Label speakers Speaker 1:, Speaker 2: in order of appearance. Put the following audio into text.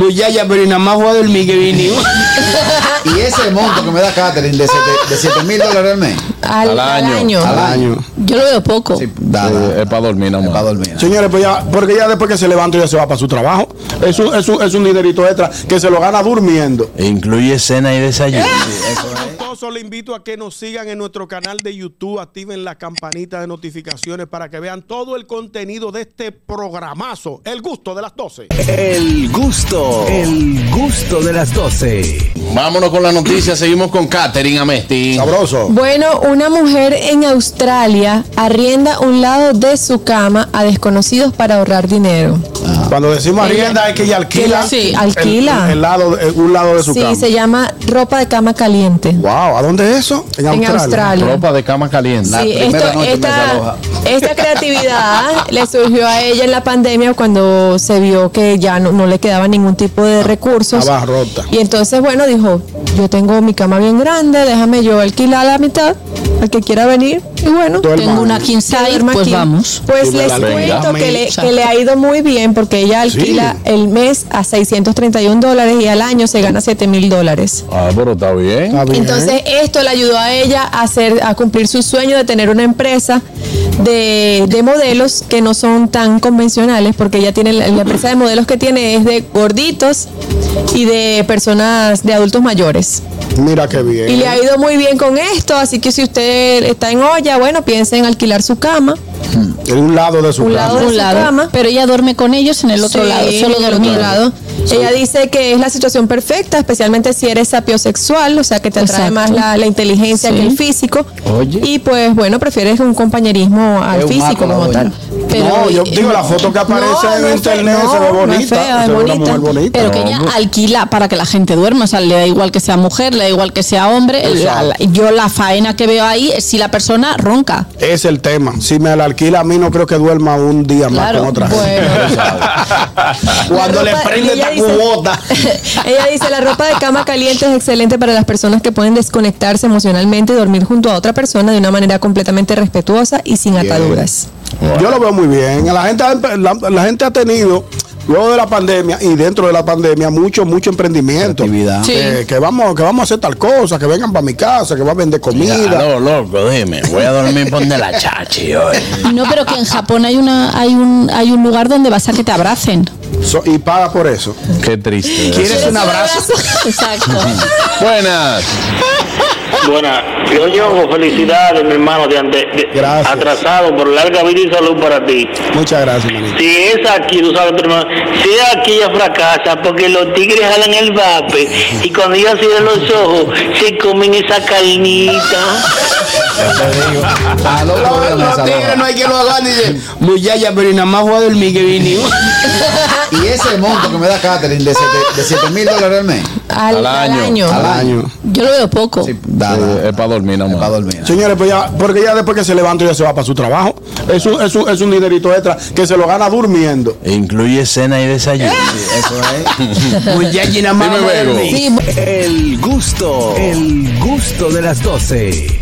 Speaker 1: Muchacha, pero y nada más voy a dormir que vinimos.
Speaker 2: Y ese monto que me da Catherine de 7 mil dólares al mes.
Speaker 3: Al,
Speaker 4: Al
Speaker 3: al año.
Speaker 4: año.
Speaker 2: Al año.
Speaker 3: Yo lo veo poco.
Speaker 2: Sí, da,
Speaker 5: Sí,
Speaker 2: da,
Speaker 5: Eh, es para dormir, nada
Speaker 2: es para
Speaker 5: más.
Speaker 2: dormir.
Speaker 6: Señores, pues ya, porque ya después que se levanta ya se va para su trabajo. Es un, es un, es un dinerito extra que se lo gana durmiendo.
Speaker 4: Incluye cena y desayuno.
Speaker 7: Entonces, le invito a que nos sigan en nuestro canal de YouTube, activen la campanita de notificaciones para que vean todo el contenido de este programazo. El gusto de las 12.
Speaker 8: El gusto, el gusto de las 12.
Speaker 5: Vámonos con la noticia, seguimos con Katherine Amesti.
Speaker 2: Sabroso.
Speaker 3: Bueno, una mujer en Australia arrienda un lado de su cama a desconocidos para ahorrar dinero.
Speaker 1: Ah.
Speaker 6: Cuando decimos arrienda es que ella alquila,
Speaker 3: Sí,
Speaker 6: el-
Speaker 3: alquila.
Speaker 6: el lado, el- un lado de su
Speaker 3: Sí,
Speaker 6: cama.
Speaker 3: se llama ropa de cama caliente.
Speaker 6: Wow, ¿a dónde es eso?
Speaker 3: En Australia.
Speaker 5: Ropa de cama caliente.
Speaker 2: La
Speaker 3: Sí,
Speaker 2: primera
Speaker 3: esto-
Speaker 2: noche me desaloja.
Speaker 3: esta, esta creatividad le surgió a ella en la pandemia cuando se vio que ya no, no le quedaba ningún tipo de recursos.
Speaker 6: estaba rota.
Speaker 3: Y entonces, bueno, dijo, yo tengo mi cama bien grande, déjame yo alquilar la mitad al que quiera venir. Y bueno,
Speaker 6: Todo el
Speaker 9: Tengo
Speaker 6: mundo.
Speaker 9: una quinza
Speaker 3: se
Speaker 9: y
Speaker 3: duerme
Speaker 9: pues
Speaker 3: aquí.
Speaker 9: vamos.
Speaker 3: Pues
Speaker 6: Sí,
Speaker 3: les
Speaker 6: venga.
Speaker 3: cuento que le,
Speaker 9: Exacto.
Speaker 3: que le ha ido muy bien porque ella alquila el mes a 631 dólares y al año se gana 7 mil dólares.
Speaker 5: Ah, pero está bien.
Speaker 6: Está bien.
Speaker 3: Entonces esto le ayudó a ella a hacer, a cumplir su sueño de tener una empresa de, de modelos que no son tan convencionales, porque ella tiene la, la empresa de modelos que tiene es de gorditos y de personas de adultos mayores.
Speaker 6: mira qué bien.
Speaker 3: Y le ha ido muy bien con esto, así que si usted está en olla, bueno, piense en alquilar su cama,
Speaker 6: En un lado de su
Speaker 3: Un
Speaker 6: cama.
Speaker 3: lado de
Speaker 9: Un
Speaker 3: su
Speaker 9: lado,
Speaker 3: cama.
Speaker 9: pero ella duerme con ellos en el otro
Speaker 3: Sí,
Speaker 9: lado, solo
Speaker 3: en el
Speaker 9: dormir.
Speaker 3: otro lado. Ella dice que es la situación perfecta, especialmente si eres sapiosexual, o sea que te atrae
Speaker 9: Exacto.
Speaker 3: más la, la inteligencia
Speaker 9: Sí.
Speaker 3: que el físico.
Speaker 2: Oye.
Speaker 3: Y pues bueno, prefieres un compañerismo al
Speaker 2: Es un maco
Speaker 3: físico
Speaker 2: la
Speaker 3: como
Speaker 2: doña.
Speaker 3: tal.
Speaker 9: Pero,
Speaker 6: no, yo
Speaker 9: eh,
Speaker 6: digo, la foto que aparece
Speaker 3: no,
Speaker 6: en
Speaker 3: no es fea,
Speaker 6: internet se
Speaker 3: no,
Speaker 6: ve
Speaker 3: no es
Speaker 6: bonita.
Speaker 3: fea, es
Speaker 6: se ve una
Speaker 3: bonita.
Speaker 6: mujer bonita.
Speaker 9: Pero que ella alquila para que la gente duerma, o sea, le da igual que sea mujer, le da igual que sea hombre. La- la- yo la faena que veo ahí es si la persona ronca.
Speaker 6: Es el tema. Si me la alquila a mí, no creo que duerma un día más
Speaker 9: Claro,
Speaker 6: con otra gente.
Speaker 2: Cuando
Speaker 3: La
Speaker 2: le
Speaker 3: ropa-
Speaker 2: prende
Speaker 3: ella
Speaker 2: esta
Speaker 3: dice-
Speaker 2: cubota.
Speaker 3: Ella dice, la ropa de cama caliente es excelente para las personas que pueden desconectarse emocionalmente y dormir junto a otra persona de una manera completamente respetuosa y sin ataduras.
Speaker 6: Yo lo veo muy bien. La gente, ha empe- la, la gente ha tenido, luego de la pandemia y dentro de la pandemia, mucho, mucho emprendimiento.
Speaker 2: Actividad.
Speaker 6: Que, que vamos, que vamos a hacer tal cosa, que vengan para mi casa, que va a vender comida.
Speaker 4: Claro, loco, dime. Voy a dormir por de la chachi hoy.
Speaker 9: No, pero que en Japón hay una hay un hay un lugar donde vas a que te abracen.
Speaker 6: So- y paga por eso.
Speaker 5: Qué triste.
Speaker 2: ¿Quieres un abrazo?
Speaker 9: Exacto.
Speaker 5: Buenas.
Speaker 10: Buena, yo yo felicidades, mi hermano, de ante- de-
Speaker 6: Gracias.
Speaker 10: atrasado por larga vida y salud para ti.
Speaker 6: Muchas gracias, manito.
Speaker 10: Si es aquí, tú sabes, mi hermano, si es aquí ya fracasa, porque los tigres jalan el vape y cuando ellos cierran los ojos, se comen esa carnita.
Speaker 2: Al otro
Speaker 1: Los,
Speaker 2: día me
Speaker 1: los
Speaker 2: desaloja.
Speaker 1: tigres no hay que lo hagan. Dice, muchacha, pero y nada más voy a dormir que vinimos.
Speaker 2: Y ese monto que me da Catherine de 7 mil dólares al mes.
Speaker 3: Al,
Speaker 5: Al
Speaker 3: al
Speaker 5: año.
Speaker 3: año.
Speaker 2: Al año.
Speaker 3: Yo lo veo poco.
Speaker 2: Sí, da,
Speaker 5: Sí,
Speaker 2: da,
Speaker 5: Eh, es para dormir, nada
Speaker 2: es para
Speaker 5: más.
Speaker 2: dormir.
Speaker 6: Señores, pues ya, porque ya después que se levanta ya se va para su trabajo. Es un, es un- es un dinerito extra que se lo gana durmiendo.
Speaker 4: Incluye cena y desayuno.
Speaker 2: Eso es.
Speaker 1: Muchacha, y nada más
Speaker 5: Dime,
Speaker 1: voy a
Speaker 5: Bego.
Speaker 1: dormir.
Speaker 9: Sí,
Speaker 8: El gusto, el gusto de las 12.